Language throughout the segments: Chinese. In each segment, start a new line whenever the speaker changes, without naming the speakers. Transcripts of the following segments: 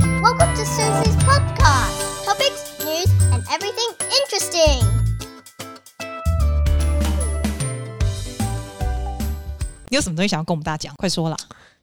Sister Susie's podcast. Topics, news, and everything interesting.
你有什么东西想要跟我们大家讲？快说啦！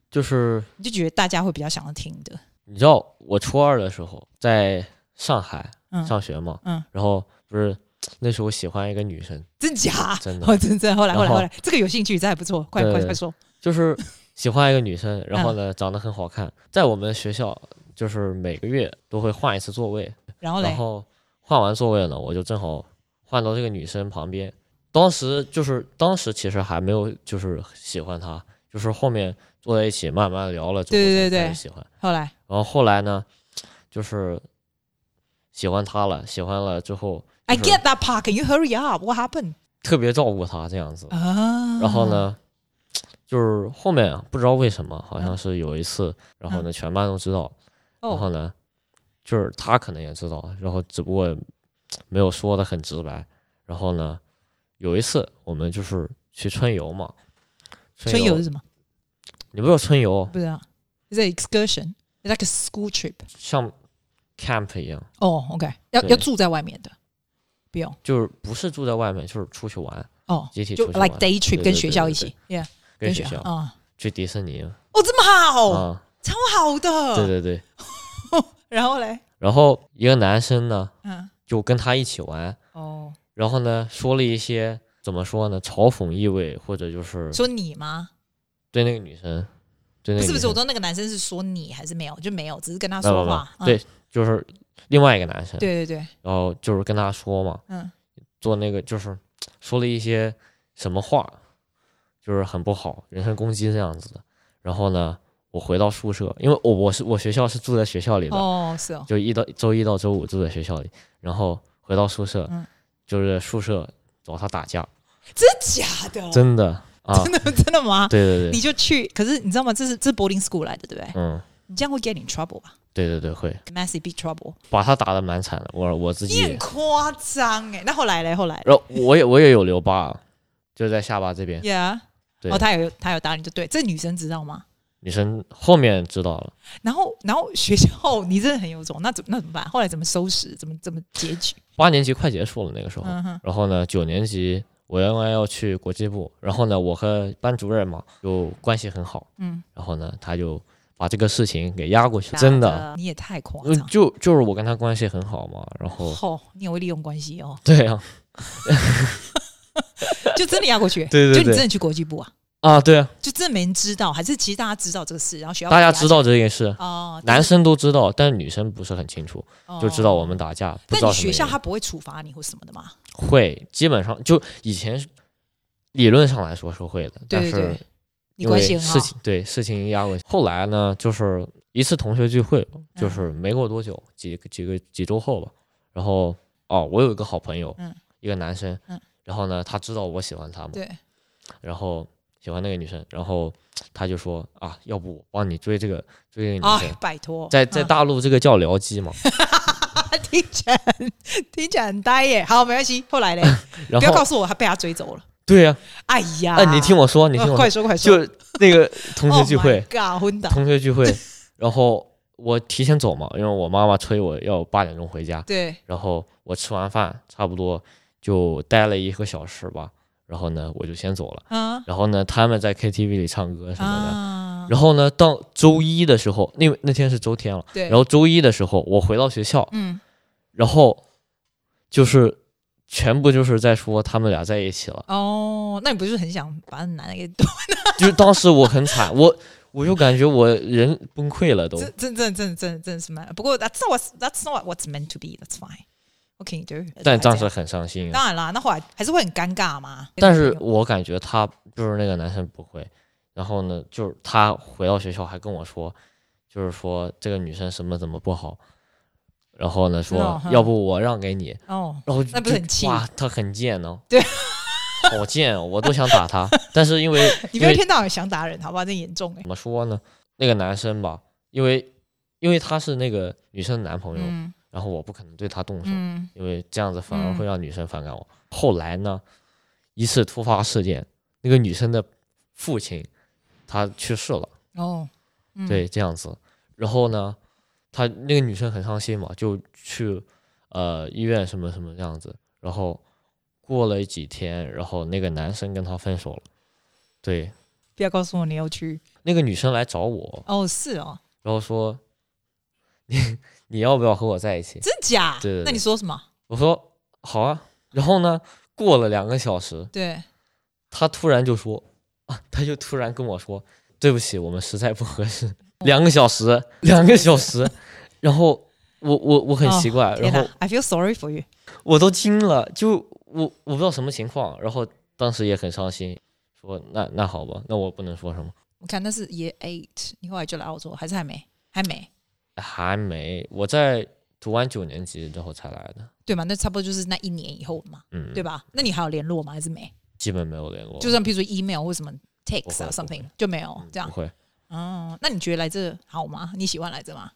就是
你就觉得大家会比较想要听的。
你知道，我初二的时候在上海
嗯，
上学嘛，
嗯
然后不是那时候喜欢一个女生，
真假？
真的
哦，真真。后来，
然
后来，
后
后来，这个有兴趣，这还不错。快快
对
快说！
就是
嗯
喜欢一个女生，然后呢长得很好看，在我们学校就是每个月都会换一次座位，
然后嘞
然，后换完座位呢，我就正好换到这个女生旁边。当时就是当时其实还没有就是喜欢她，就是后面坐在一起慢慢聊了之后
对对
才
对
开
对
始喜欢。
后来，
然后后来呢，就是喜欢她了，喜欢了之后
I
就是
get that part. Can you hurry up? What happened?
特别照顾她这样子。
啊，
哦然后？呢，就是后面啊不知道为什么，好像是有一次，然后呢全班都知道，然后
嗯哦，
呢，就是他可能也知道，然后只不过没有说的很直白。然后呢，有一次我们就是去春游嘛，春
春游是什么？
你不知道春游
不知道。Is it excursion? It's like a school trip.
像 camp 一样，
哦，OK，要
对
要住在外面的，不用。
就是不是住在外面，就是出去玩，
哦，
集体
就
出去玩
like day
对
trip，
对
跟
对
学
对
校一
对
起，Yeah，
跟学
学
校
啊。
去迪士尼啊，
哦，嗯这么好，超好
对
的。
对对。
然后嘞，
然后一个男生呢，
嗯，
就跟他一起玩，
哦，
然后呢说了一些怎么说呢，嘲讽意味或者就是
说你吗？
对那个女生，对
不
那个
是不
女
是，我
生
说那个男生是说你还是没有，就没有，只是跟他
没有
说
没有
话。，嗯
对，就是另外一个男生，
对对对，
然后就是跟他说嘛，
嗯，
做那个就是说了一些什么话，就是很不好，人身攻击这样子的。然后呢，我回到宿舍，因为我我是我学校是住在学校里的，
哦，是哦，
就一到周一到周五住在学校里，然后回到宿舍，
嗯
就是宿舍找他打架，
真假的？
真的啊，
真的 真的吗？
对对
你
对，
就去，可是你知道吗？这是这是 boarding school 来的，对不对？
嗯，
你这样会 get in trouble 吧
对对对，会
？Massive big trouble，
把他打的蛮惨的，我我自己
你
也
很夸张哎。那后来嘞，后来
然后我也我也有留疤，就是在下巴这边。
，Yeah，
对
哦，他有他有打你就对，这女生知道吗？
女生后面知道了，
然后然后学校你真的很有种，那怎那怎么办？后来怎么收拾？怎么怎么结局？
八年级快结束了那个时候，
嗯哼，
然后呢，九年级我原来要去国际部，然后呢，我和班主任嘛就关系很好，
嗯，
然后呢，他就把这个事情给压过去，
打
真的，，
你也太夸
嗯
张。
就就是我跟他关系很好嘛，然后
哦，你也会利用关系哦，
对啊，
就真的压过去，
对对
就你
对
真的去国际部啊，
啊对啊，
就真的没人知道，还是其实大家知道这个事，然后学校
大家
给压
知道这件事，
哦，
男生都知道，但是女生不是很清楚，
哦
就知道我们打架，不
但
知道
你
什
学
么
校
原因
他不会处罚你或什么的嘛？
会，基本上就以前是理论上来说是会的，但
对
是
对对，你
因
关
为
系
事
很好
情对事情压过去。后来呢，就是一次同学聚会，就
嗯
是没过多久，几个几个几周后吧。然后哦，我有一个好朋友，
嗯
一个男生，
嗯
然后呢，他知道我喜欢他嘛，
对，
然后喜欢那个女生，然后他就说啊，要不我帮你追这个追这个女生。
哎，拜托，
在在大陆这个叫僚 机嘛，
啊 听起来很听起来很呆耶。好，没关系，后来嘞，
然
不要告
后
诉我他被他追走了。
对呀，
哎呀，
哎，你听我说，你听
哦
我说
快，说快 Oh
就
说，
那个同学聚会，
尬昏倒，
同学 聚会，然后我提前走嘛，因为我妈妈催我要八点钟回家，
对，
然后我吃完饭差不多就待了一个小时吧，然后呢我就先走了，
啊
然后呢他们在 KTV 里唱歌什么的，
啊，
然后呢到周一的时候，因为那天是周天了，
对，
然后周一的时候我回到学校，
嗯，，
然后就是全部就是在说他们俩在一起了
哦，那你不是很想把那男的给剁？
就是当时我很惨，我我就感觉我人崩溃了都，
真真真真真真是蛮，不过 that's not what that's not what's meant to be. That's fine. What can you do?
但
这样
当时很伤心啊。
当然啦，那后来还是会很尴尬嘛。
但是我感觉他就是那个男生不会，然后呢，就是他回到学校还跟我说，就是说这个女生什么怎么不好，然后呢
真的哦
说
哼
要不我让给你，
哦，
然后就
那不是很气
哇，他很贱呢、
对，
好贱哦，我都想打他，但是因为
你
因
不要一
为
天到晚想打人，好不好？这严重哎、
怎么说呢，那个男生吧，因为因为他是那个女生的男朋友，
嗯
然后我不可能对他动手，
嗯，
因为这样子反而
嗯
会让女生反感我。后来呢，一次突发事件，那个女生的父亲他去世了，
哦，嗯
对，这样子。然后呢，她那个女生很伤心嘛，就去呃医院什么什么这样子，然后过了几天，然后那个男生跟她分手了，对，
不要告诉我你要去
那个女生来找我，
哦，是哦，
然后说你你要不要和我在一起？
真假？
对对对
那你说什么？
我说好啊，然后呢，过了两个小时，
对，
他突然就说啊，他就突然跟我说，对不起，我们实在不合适。两个小时，两个小时，然后我我我很奇怪，
哦天
啊然后
哪，I feel sorry for you。
我都惊了，就我我不知道什么情况，然后当时也很伤心，说那那好吧，那我不能说什么，
我看那是 Year Eight，你后来就来澳洲，还是还没？还没，
还没，我在读完九年级之后才来的，
对嘛？那差不多就是那一年以后嘛，
嗯，
对吧？那你还有联络吗？还是没？
基本没有联络，
就算譬如说 email 或什么 text 啊
不会
something 就没有
嗯
这样
不。会，
哦，那你觉得来这好吗？你喜欢来这吗？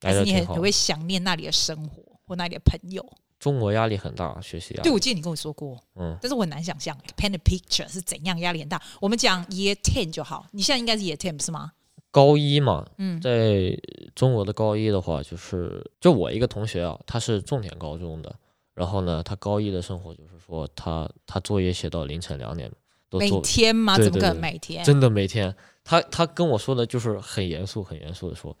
还是
来的
你
挺
很
好
很。会想念那里的生活或那里的朋友？
中国压力很大，学习压
对，
力，
我记得你跟我说过，
嗯，
但是我很难想象 paint a picture 是怎样压力很大。我们讲 year ten 就好，你现在应该是 year ten 不是吗？
高一嘛，
嗯，
在中国的高一的话，就是就我一个同学啊，他是重点高中的，然后呢，他高一的生活就是说他他作业写到凌晨两点都
每
做，
天吗？
对
怎么
对
个
对
每天？
真的每天，他他跟我说的就是很严肃很严肃的说，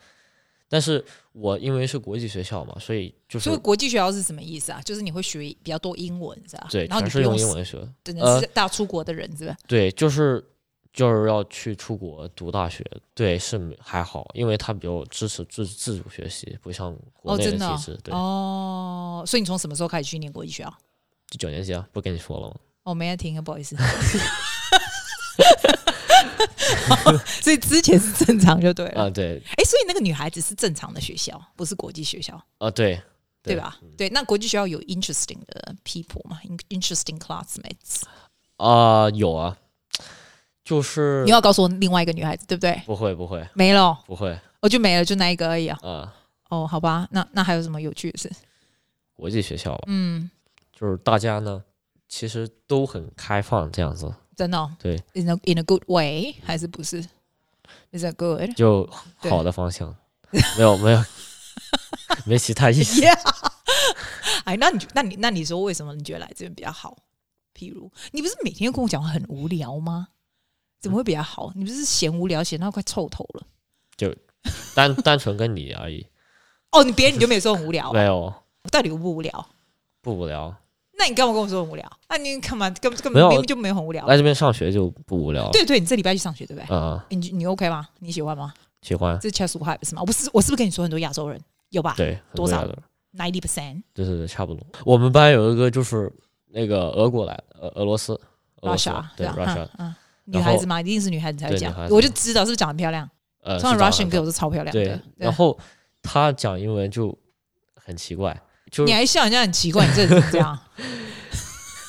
但是我因为是国际学校嘛，所以就是
所以国际学校是什么意思啊？就是你会学比较多英文是吧？
对，
然后
全
你
是
不
用
用
英文学的，
真
呃
的是大出国的人是吧？
对，就是就是要去出国读大学，对，是没还好，因为他比较支持自自主学习，不像国
哦，
内
真的
体
哦
制。对，
哦，所以你从什么时候开始去念国际学校？
就九年级啊，不跟你说了吗？
我哦没在听，不好 意思。 所以之前是正常就对了。
啊，对，
哎、所以那个女孩子是正常的学校，不是国际学校，
啊对，
对
对嗯
吧？对，那国际学校有 interesting 的 people 嘛，in-，interesting classmates。
啊、有啊，就是嗯
你又要告诉我另外一个女孩子，对不对？
不会不会
没了哦，
不会
我就没了，就那一个而已啊。
啊，
哦，好吧，那那还有什么有趣的事？
国际学校吧，
嗯，
就是大家呢其实都很开放这样子，
真的、哦、
对，
，in a in a good way 还是不是？Is that good？
就
对
好的方向，没有没 有没其他意思。
Yeah，哎，那你觉那你那你说为什么你觉得来这边比较好？譬如你不是每天跟我讲话很无聊吗？怎么会比较好？你不是嫌无聊，嫌到快臭头了？
单单纯跟你而已，
哦，你别人你就没说很无聊啊、
没有
我到底无不无聊？
不无聊。
那你干嘛跟我说很无聊？那、你干嘛根本根
没
本
有
明明就没有很无聊。
来这边上学就不无聊了。
对对，你这礼拜去上学对不对？
嗯，嗯，
你你 OK 吗？你喜欢吗？
喜欢。
这 chess hype 是吗？我不是我是不是跟你说很多亚洲人有吧？
对，
多少
的？
，ninety percent
对对对，差不多。我们班有一个就是那个俄国来的，俄俄罗斯，俄罗斯
Russia
对
吧
Russia，
嗯嗯，女
然
孩
后
子嘛，一定是女孩子才会
对
讲
女孩，子
我就知道是不是长得漂亮。
呃，
通常
是长得
Russian
很
girl 是超漂亮的，
对，然后他讲英文就很奇怪，就
你
是
还笑人家很奇怪，你这人怎么这 样？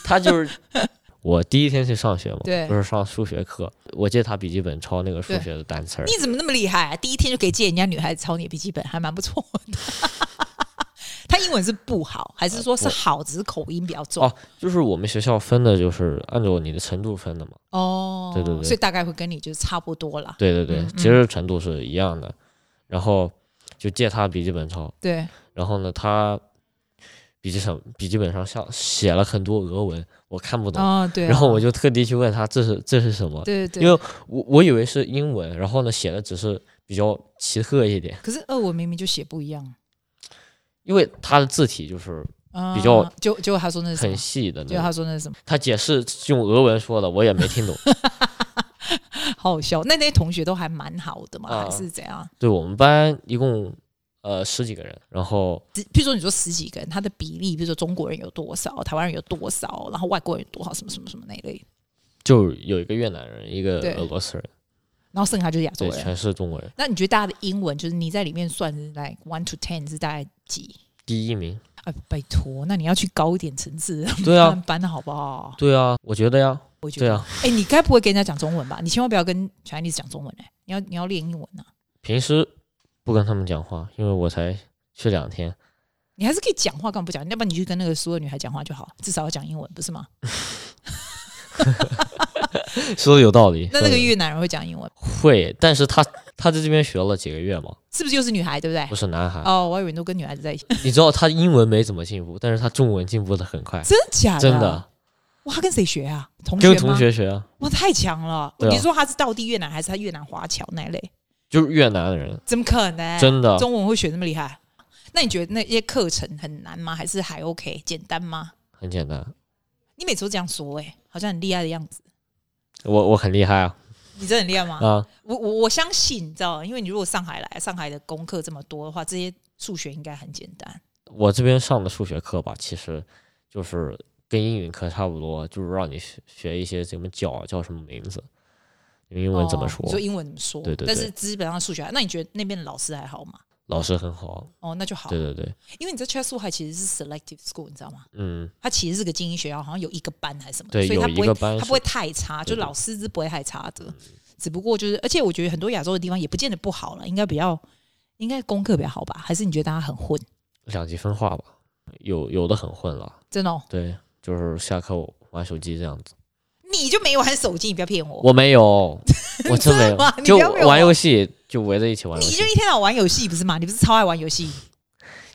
他就是 我第一天去上学嘛，
对
不是上数学课，我借他笔记本抄那个数
对
学的单词儿，
你怎么那么厉害、啊？第一天就可以借人家女孩子抄你的笔记本，还蛮不错的。 他英文是不好，还是说是好，只是口音比较重？
哦就是我们学校分的就是按照你的程度分的嘛，
哦，
对对对
所以大概会跟你就是差不多啦。
对对对
嗯，
其实程度是一样的，然后就借他笔记本抄，
对，
然后呢，他笔记上笔记本上像写了很多俄文，我看不懂。
哦，对啊、
然后我就特地去问他这是这是什么，
对对对，
因为我我以为是英文，然后呢写的只是比较奇特一点，
可是俄文明明就写不一样，
因为他的字体就是
啊
比较
就就他说那是什
很
么？
细的
就
那
他
种。
说那是什么？
他解释是用俄文说的，我也没听懂。
好好笑。那那些同学都还蛮好的嘛，
啊
还是怎样？
对我们班一共呃十几个人，然后
只譬如说你说十几个人，他的比例，比如说中国人有多少，台湾人有多少，然后外国人有多少，什么什么什么那一类的
就有一个越南人，一个
对
俄罗斯人，
然后剩下就是亚洲
对，
人。
全是中国人。
那你觉得大家的英文，就是你在里面算是 like one to ten 是大概几？
第一名，
啊，拜托，那你要去高一点层次，
对
慢慢
啊，
搬的好不好？
对啊，我觉得呀，
我觉
对
得，
啊，
哎、你该不会跟人家讲中文吧？你千万不要跟 Chinese 讲中文哎、你要你要练英文啊，
平时不跟他们讲话，因为我才去 两天。
你还是可以讲话，干嘛不讲？要不然你去跟那个所有女孩讲话就好，至少要讲英文，不是吗？
说的有道理。
那
说
那
得
个
有
越南人会讲英文，
会，但是他他在这边学了几个月嘛，
是不是又是女孩，对不对
不？是啊男孩。
哦，我还以为你都跟女孩子在一起，
你知道他英文没怎么进步，但是他中文进步的很快，
真的假的？
真的
哇，他跟谁学啊？同学
跟
吗？
同学学啊，
哇，太强了！
对啊
你说他是道地越南还是他越南华侨那一类？
就是越南的人，
怎么可能？
真的
哎中文会学那么厉害？那你觉得那些课程很难吗？还是还 OK 简单吗？
很简单。
你每次都这样说、欸，哎，好像很厉害的样子。
我我很厉害啊
你真的很厉害吗？
啊！
我我我相信，你知道，因为你如果上海来，上海的功课这么多的话，这些数学应该很简单。
我这边上的数学课吧，其实就是跟英语课差不多，就是让你学学一些什么叫叫什么名字，英文怎么
哦
说
你，说英文怎么说？
对对
但
对
是基本上数学还，那你觉得那边的老师还好吗？
老师很好。
哦，那就好
对。对对，
因为你在 c h e s 海其实是 selective school，你知道吗？
嗯，
它其实是个精英学校，好像有一个班还是什么的，
对，
所以
有
它
一
不会
个班
它
是
不会太差，就
对对
老师是不会太差的。只不过就是，而且我觉得很多亚洲的地方也不见得不好了，应该比较，应该功课比较好吧？还是你觉得大家很混？
两极分化吧，有有的很混了，
真的、哦，
对，就是下课我玩手机这样子。
你就没玩手机，你不要骗我。
我没 有，我真
真
没
的吗
有，
你
就
不要骗我
玩游戏就围在一起玩游
你
戏
就。一天到晚玩游戏不是吗？你不是超爱玩游戏？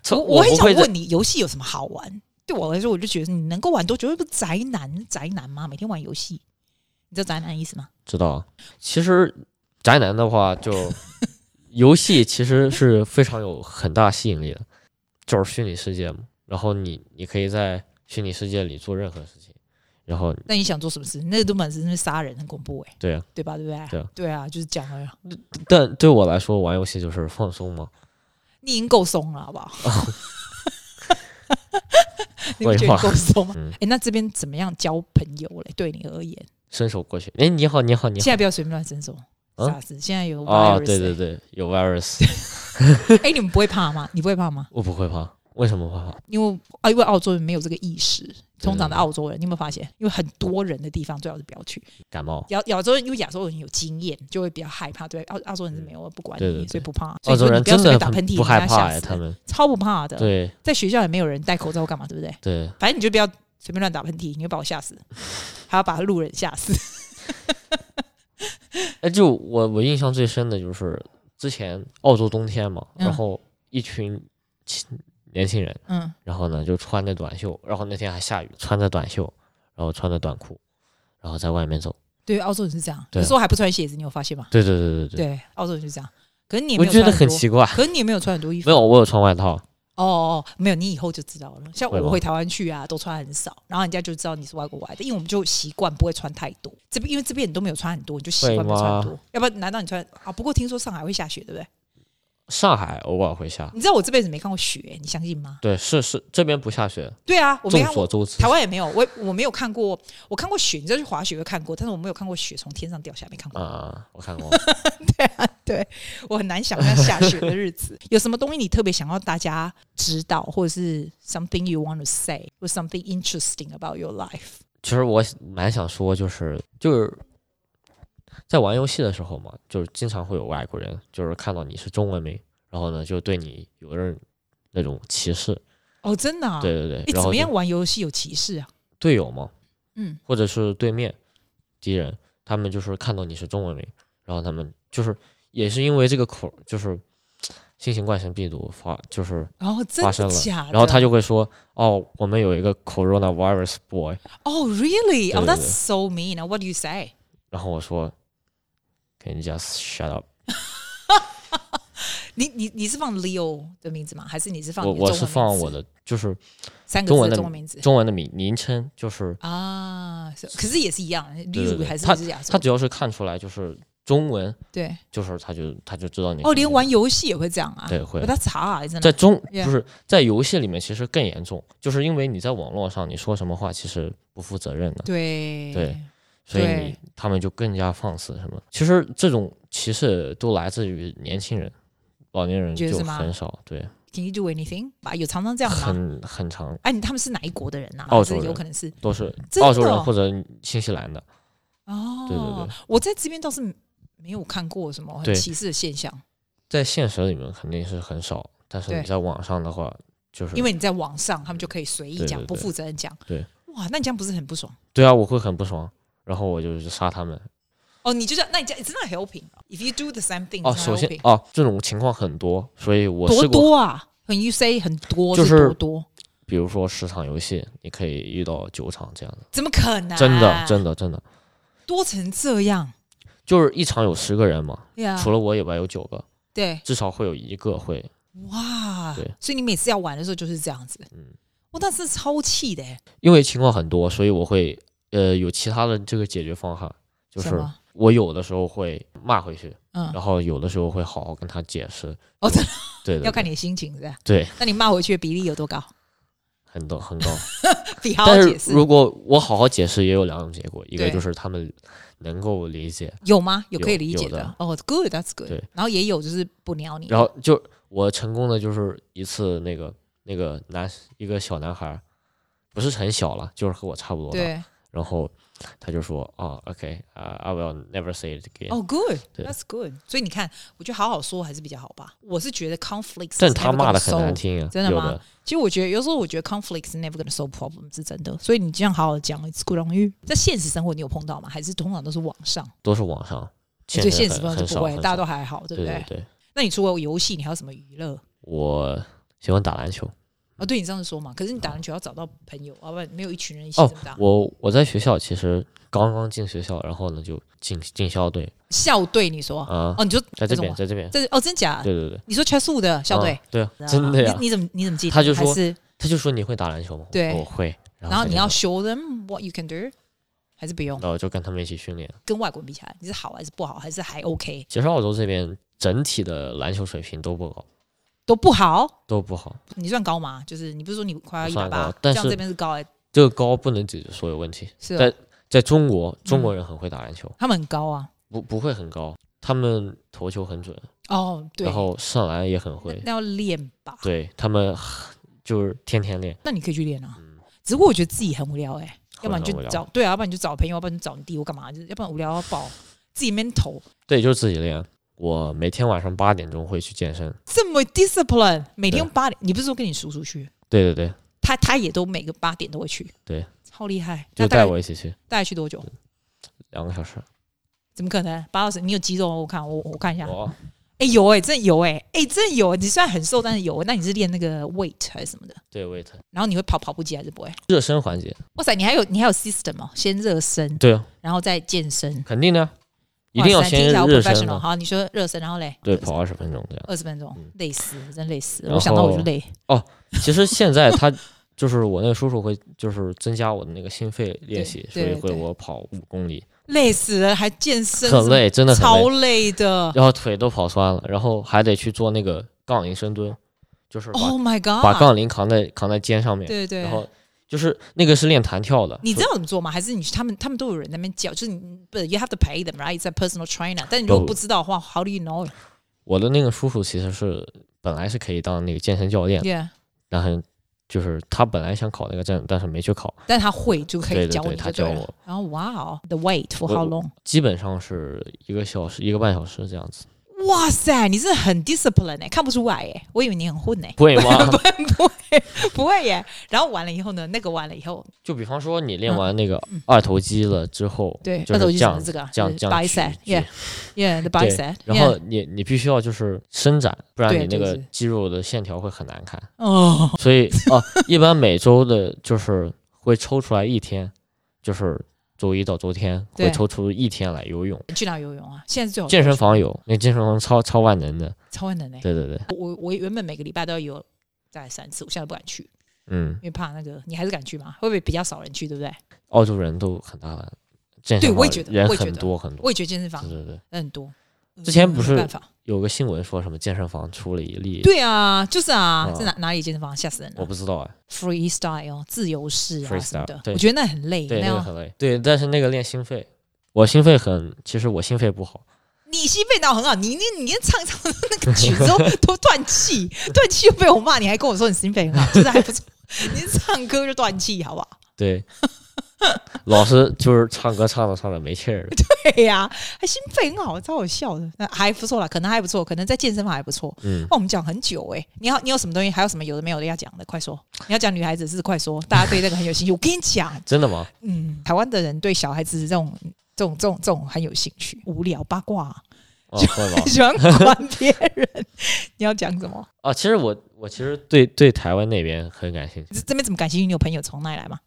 这
我我很
不
想
会在，
问你，游戏有什么好玩？对我来说，我就觉得你能够玩多久？又不是宅男，宅男吗？每天玩游戏，你知道宅男的意思吗？
知道。其实宅男的 话，就游戏其实是非常有很大吸引力的，就是虚拟世界嘛。然后你你可以在虚拟世界里做任何事情，然后
那你想做什么事？那都满是那杀人，很恐怖哎、
对啊。
对吧？对不对？
对啊
就是讲了，
但对我来说，玩游戏就是放松嘛。
你已经够松了，好不好？ 你不
哦废
觉得
话
你够松吗？
嗯
哎、那这边怎么样交朋友嘞？对你而言，
伸手过去，哎，你好，你好，你好
现。在不要随便乱伸手。
啊
傻子，现在有 virus，
啊，
欸
对对对，有 virus，
哎、你们不会怕吗？你不会怕吗？
我不会怕，为什么会怕？
因为啊，因为澳洲人没有这个意识，通常的
对
澳洲人，你有没有发现？因为很多人的地方最好是不要去。
感冒。
亚亚洲人因为亚洲人有经验，就会比较害怕，对澳澳洲人是没有不管你，
对对对
所以不怕。
澳洲
所
人
以你
真
不要随便
的
打喷嚏，
不害
人家
怕
吓死
哎，他们
超不怕的。
对
在学校也没有人戴口罩干嘛，对不对？
对，
反正你就不要随便乱打喷嚏，你会把我 吓死，还要把路人吓死。
哎，就我我印象最深的就是之前澳洲冬天嘛，
嗯
然后一群青年轻人，
嗯，
然后呢就穿着短袖，然后那天还下雨，穿着短袖，然后穿着短裤，然后在外面走。
对，澳洲人是这样，
对
有时候还不穿鞋子，你有发现吗？
对对对对对，
对，澳洲人就这样。可是你也
我
没有
觉
穿
得
很
很
多，
奇怪。
可是你也没有穿很多衣服
没。有，我有穿外套，
哦哦，哦没有，你以后就知道了。像
会
我
吗
回台湾去啊，都穿很少，然后人家就知道你是外国来的，因为我们就习惯不会穿太多。这边因为这边你都没有穿很多，你就习惯不
会吗
穿很多。要不然难道你穿啊？不过听说上海会下雪，对不对？
上海偶尔会下。
你知道我这辈子没看过雪，你相信吗？
对，是是，这边不下雪，
对啊，我没
众
看过
所，周知
台。湾也没有，我我没有看过，我看过雪，你知道去滑雪会看过，但是我没有看过雪从天上掉下来，没看过。
啊、我看过，
我很难想象下雪的日子。有什么东西你特别想要大家知道，或者是 something you want to say，或 something interesting about your life？
其实我蛮想说，就是就是在玩游戏的时候嘛，就是经常会有外国人，就是看到你是中文名，然后呢就对你有人那种歧视，
哦，真的、啊？
对对
诶
对，然
怎
后
么
就
样玩游戏有歧视啊？
队友嘛，
嗯，
或者是对面敌人，他们就是看到你是中文名，然后他们就是也是因为这个口，就是新型冠状病毒发就是
然、后哦真
发生
的
了
假的？
然后他就会说：“哦，我们有一个 coronavirus boy。
哦、r e a l l y 哦、
对对
that's
对
so mean. 啊 What do you say？”
然后我说：“Can you just shut up？”
你你你是放 Leo 的名字吗？还是你是放
我
你的中
我
文
是放
名字
我的就是
三个
中
字
文
的
的
中文名字
中文的名名称，就是
啊？是可是也是一样
对对
，Leo 还是
他
是亚洲
他只要是看出来就是中文，
对
就是他就他就知道你
哦，
是
连
中
玩游戏也会这样啊？
对会
我。他查啊，真
在
的。
中
Yeah
不是在游戏里面，其实更严重，就是因为你在网络上你说什么话，其实不负责任的，
对
对所以
对
你他们就更加放肆什么。其实这种歧视都来自于年轻人，老年人
你觉得
就是
吗
很少，对，
，Can you do anything？吧，有常常这样吗？
很很长，
哎，你他们是哪一国的人呐、啊？
澳洲人
有可能是
都是
真的
澳洲
哦
人或者新西兰的，
哦。
对对对，
我在这边倒是没有看过什么很
对
歧视的现象，
在现实里面肯定是很少，但是
对
你在网上的话，就是
因为你在网上，他们就可以随意
对
讲，
对
不
对
负责任讲。
对，
哇，那你这样不是很不爽？
对啊，我会很不爽。然后我就去杀他们。
哦，你就是那你这 it's not helping if you do the same thing
哦，
it's not
首先
helping
哦，这种情况很多，所以我
多
试过，
多啊，很 you say 很多
就是
是多多，
比如说十场游戏，你可以遇到九场这样的，
怎么可能？
真的真的真的，
多成这样，
就是一场有十个人嘛，
对啊
除，了我以外有九个，
对，
至少会有一个会，
哇
对，
所以你每次要玩的时候就是这样子，
嗯，
哇，那是超气的欸，
因为情况很多，所以我会呃有其他的这个解决方案，就
什
是
么？
我有的时候会骂回去，
嗯，
然后有的时候会好好跟他解释。
哦
对对
要
对
看你的心情是吧？
对，
那你骂回去的比例有多高？
很高很高。
比好好
但
解
是
释
如果我好好解释，也有两种结果，一个
对
就是他们能够理解，
有吗？有
有
可以理解
有的
哦，good，that's good
对。
然后也有就是不鸟你，
然后就我成功的就是一次那个那个男一个小男孩儿，不是很小了，就是和我差不多的。
对，
然后他就说：“哦，OK，啊、i will never say it again。
哦
对
，good，that's good。所以你看，我觉得好好说还是比较好吧。我是觉得 conflicts，
但
is
他
never
骂的
gonna
很难
solve
听啊，
真的
有
吗
的
其实我觉得有时候我觉得 conflicts never gonna solve problem 是真的，所以你这样好好讲，it's good on you。在现实生活你有碰到吗？还是通常都是网上？
都是网上，
我觉得现
实
实
很
中就
很
不
少，
会，
很
大家
少
都还好，对不
对
对？
对对。
那你除了游戏，你还有什么娱乐？
我喜欢打篮球。
哦，对你这样说嘛，可是你打篮球要找到朋友，要不然没有一群人一起
哦
怎么打？，
我我在学校其实刚刚进学校，然后呢就进进校队
校队你说
啊
哦，，你就
在
那
这
种
边，
啊
在这边，
这哦，真假？
对对对，
你说 Chess 的校队
啊，对啊，
然后
真的呀
你。你怎么你怎么记得？
他就说
还是
他就说你会打篮球吗？我
对
我会。然
然后
他
你
就
要
说，
show
嗯
them what you can do，还是不用？
然后就跟他们一起训练。
跟外国人比起来，你是好还是不好？还是还 OK？
其实澳洲这边整体的篮球水平都不高，
都不好，
都不好。
你算高吗？就是你不是说你快要一
不
百
算
八
高，但
这样
是
这边是高哎、
这个高不能解决所有问题。
是哦
但在中国，中国人很会打篮球，
他们很高啊。
不不会很高，他们投球很准，
哦，对，
然后上篮也很
那
会，
那要练吧？
对他们就是天天练。
那你可以去练啊。
嗯
只不过我觉得自己很无聊哎、要不然你
很无
就
聊
找对啊，要不然你就找朋友，要不然你找你弟，我干嘛？就是要不然无聊到爆，自己闷头
对，就是自己练。我每天晚上八点钟会去健身。
这么 discipline，每天
对
八点，你不是说跟你叔叔去？
对对对，
他他也都每个八点都会去，
对，
超厉害。
就
那
带
大概
我一起去
大概去多久？
两个小时。
怎么可能？八小时？你有肌肉？我看我我看一下。
我
哎、有哎、真的有哎、哎、真的有、你虽然很瘦，但是有、欸那你是练那个 weight 还是什么的？
对 wait
然后你会跑跑步机还是不会？
热身环节，
哇塞，你还有你还有 system 哦，先热身，
对啊，
然后再健身。
肯定的啊，一定要
哇塞听
先
起来好
热身
professional。
嘛。
好，你说热身，然后嘞？
对，跑二十分钟这样。
二十分钟
嗯，
累死，真累死。
然后
我想到我就累。
其实现在他就是我那个叔叔会就是增加我的那个心肺练习，所
对
以
对
会
对
我跑五公里，
累死了，还健身，
很，累，真的很
超
累，
累的。
然后腿都跑酸了，然后还得去做那个杠铃深蹲，就是把
Oh my god！
把杠铃扛在扛在肩上面，
对对
然，后就是那个是练弹跳的，
你
所
知道怎么做吗？还是你去他们他们都有人在那边教，就是你不 you have to pay them right？在 personal trainer，但你如果
不
不知道的话，how do you know？
我的那个叔叔其实是本来是可以当那个健身教练，
Yeah，
然后就是他本来想考那个证，但是没去考，
但他会就可
对
以
对
教
对
你
他
就对
教
了
我。
然后哇哦，the wait for
我
how long？
基本上是一个小时、一个半小时这样子。
哇塞，你是很 discipline 哎，看不出来哎，我以为你很混哎，
不 会吗？
不会不会耶。然后完了以后呢，那个完了以后，
就比方说你练完那个二头肌了之后，
嗯对，
就是
二头肌
这
什么
样
是这个啊
这样
就是
这样举
bicep
举
yeah yeah the
对
bicep，
然
yeah
后你你必须要就是伸展，不然
对
你
对
那个
对
肌肉的线条会很难看。
哦，
所以哦，一般每周的就是会抽出来一天，就是周一到周天会
对
抽出一天来游泳。
你 去哪游泳啊？现在是最好
健身房有，那健身房超超万能的。
超万能哎，
对对对，
我我原本每个礼拜都要游大概三次，我现在不敢去。
嗯
因，为怕那个，你还是敢去吗？会不会比较少人去，对不对？
澳洲人都很大胆，健
对
身
我
房
也觉得
人
我也觉
很
得
多很多。
我也觉得啊健身房
对对对，
人很多，
之前
嗯
不是
没办法，
有个新闻说什么健身房出了一例，
对啊，就是啊
啊，
在哪哪里健身房吓死人
我
了
不知道哎。
哦，freestyle 自由式啊什么
Freestyle，
的，
对
我觉得那很累，
对，
那
那个
样
很累。对，但是那个练心肺，我心肺很，其实我心肺不好。
你心肺倒很好，你你你连唱唱那个曲子都都断气，断气又被我骂，你还跟我说你心肺很好，就是还不错，你唱歌就断气好不好？
对，老是就是唱歌唱着唱着没气儿了。
对呀、还心肺很好，超好笑的，那还不错啦，可能还不错，可能在健身房还不错。
嗯，
哦，我们讲很久哎、你要你有什么东西，还有什么有的没有的要讲的，快说！你要讲女孩子是快说，大家对这个很有兴趣。我跟你讲，
真的吗？
嗯，台湾的人对小孩子这种这种这种这种很有兴趣，无聊八卦、
哦，会吗
很？喜欢管别人。你要讲什么？
啊，其实我我其实对对台湾那边很感兴趣，
这这边怎么感兴趣？你有朋友从哪里来吗？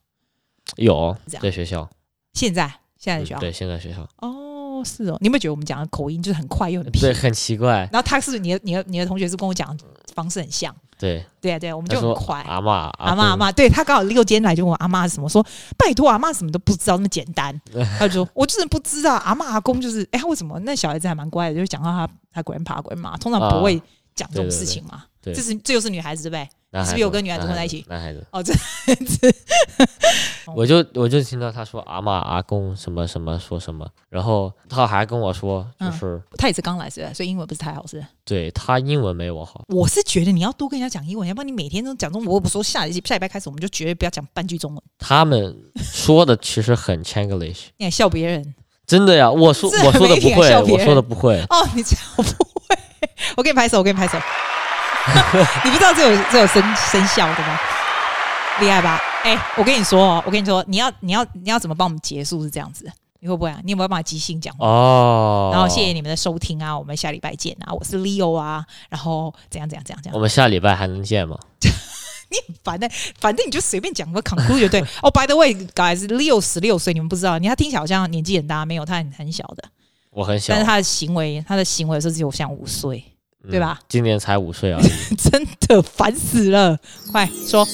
有
这样
在学校，
现在现在
嗯
的学校、
对，现在 学校，
哦，是哦。你有没有觉得我们讲的口音就是很快又很
对，
偏？
很奇怪，
然后他是你的你的你的同学是跟我讲的方式很像，
对，
对啊对啊，我们
他
就
说
很快。
阿妈
阿妈阿
妈，
妈，对他刚好六天来就问我阿妈是什么，说拜托阿妈什么都不知道那么简单，他就说我就是不知道阿妈阿公就是哎、他为什么那小孩子还蛮乖的，就是讲到他他 grandpa grandma，通常不会讲这种事情嘛，
对对对对
这是这又是女孩子对不对？
男
是
孩
不是有
子
跟女孩子
男
混在一
子
起
男孩子，
哦，这样子
我就我就听到他说阿妈阿公什么什么说什么，然后他还跟我说，就
嗯
是、
他也是刚来是不是？所以英文不是太好是不是？
对他英文没我好，
我是觉得你要多跟人家讲英文，要不然你每天都讲中文，我不说下一期下礼拜开始我们就绝对不要讲半句中文，
他们说的其实很 Chinglish，
你还笑别人
真的呀，我说
这很
我说的不
没礼
会
貌，
我说的不会，
哦，你这样我不会，我给你拍手，我给你拍手，你不知道这有这有声声效的吗？厉害吧？哎、我跟你说哦，我跟你说，你要你要你要怎么帮我们结束是这样子？你会不会啊？你有没有办法即兴讲话？
哦，
然后谢谢你们的收听啊，我们下礼拜见啊！我是 Leo 啊，然后怎样怎样怎样怎样
我，们下礼拜还能见吗？
反正反正你就随便讲个 conclude 就 对。哦、b y the way，guys，六十六岁，你们不知道，你他听起来好像年纪很大，没有，他很很小的，
我很小
但是，他的行为，他的行为是只有像五岁， 对吧
嗯？今年才五岁而已。
真的烦死了！快说，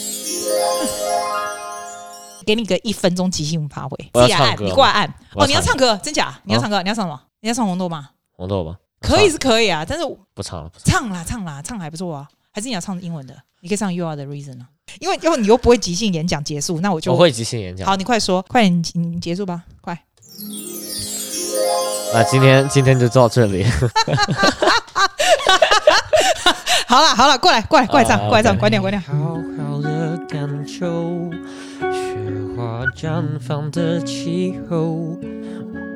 给你个一分钟即兴发挥，
我要
自己来
唱
按，
歌
你过来按。
我要
哦，你要
唱
唱
啊
歌，真假？你要唱歌，你要唱什么？你要唱红豆吗？
红豆吧，
可以是可以啊，但是我
不唱了，不唱
唱
了。
啦唱啦唱还不错啊，还是你要唱英文的？你可以唱 You Are the Reason 啊，因为因为你又不会即兴演讲结束，那我就
我会即兴演讲。
好，你快说，快点，你你结束吧，快！
那今天今天就到这里，
好了，好了，过来，过来，过来唱，
啊
过来唱，
，OK
关掉，关掉。
好好的感受雪花绽放的气候，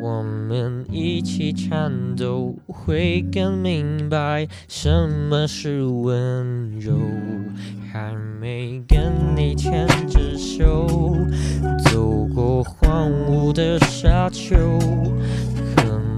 我们一起颤抖，会更明白什么是温柔。还没跟你牵着手，走过荒芜的沙丘，可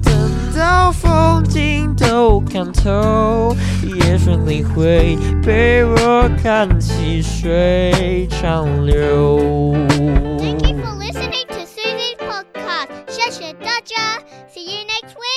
等到风景都看透，也许你会被我看细水长流。
Thank you for listening to Susie's podcast. Shasha Dodger. See you next week.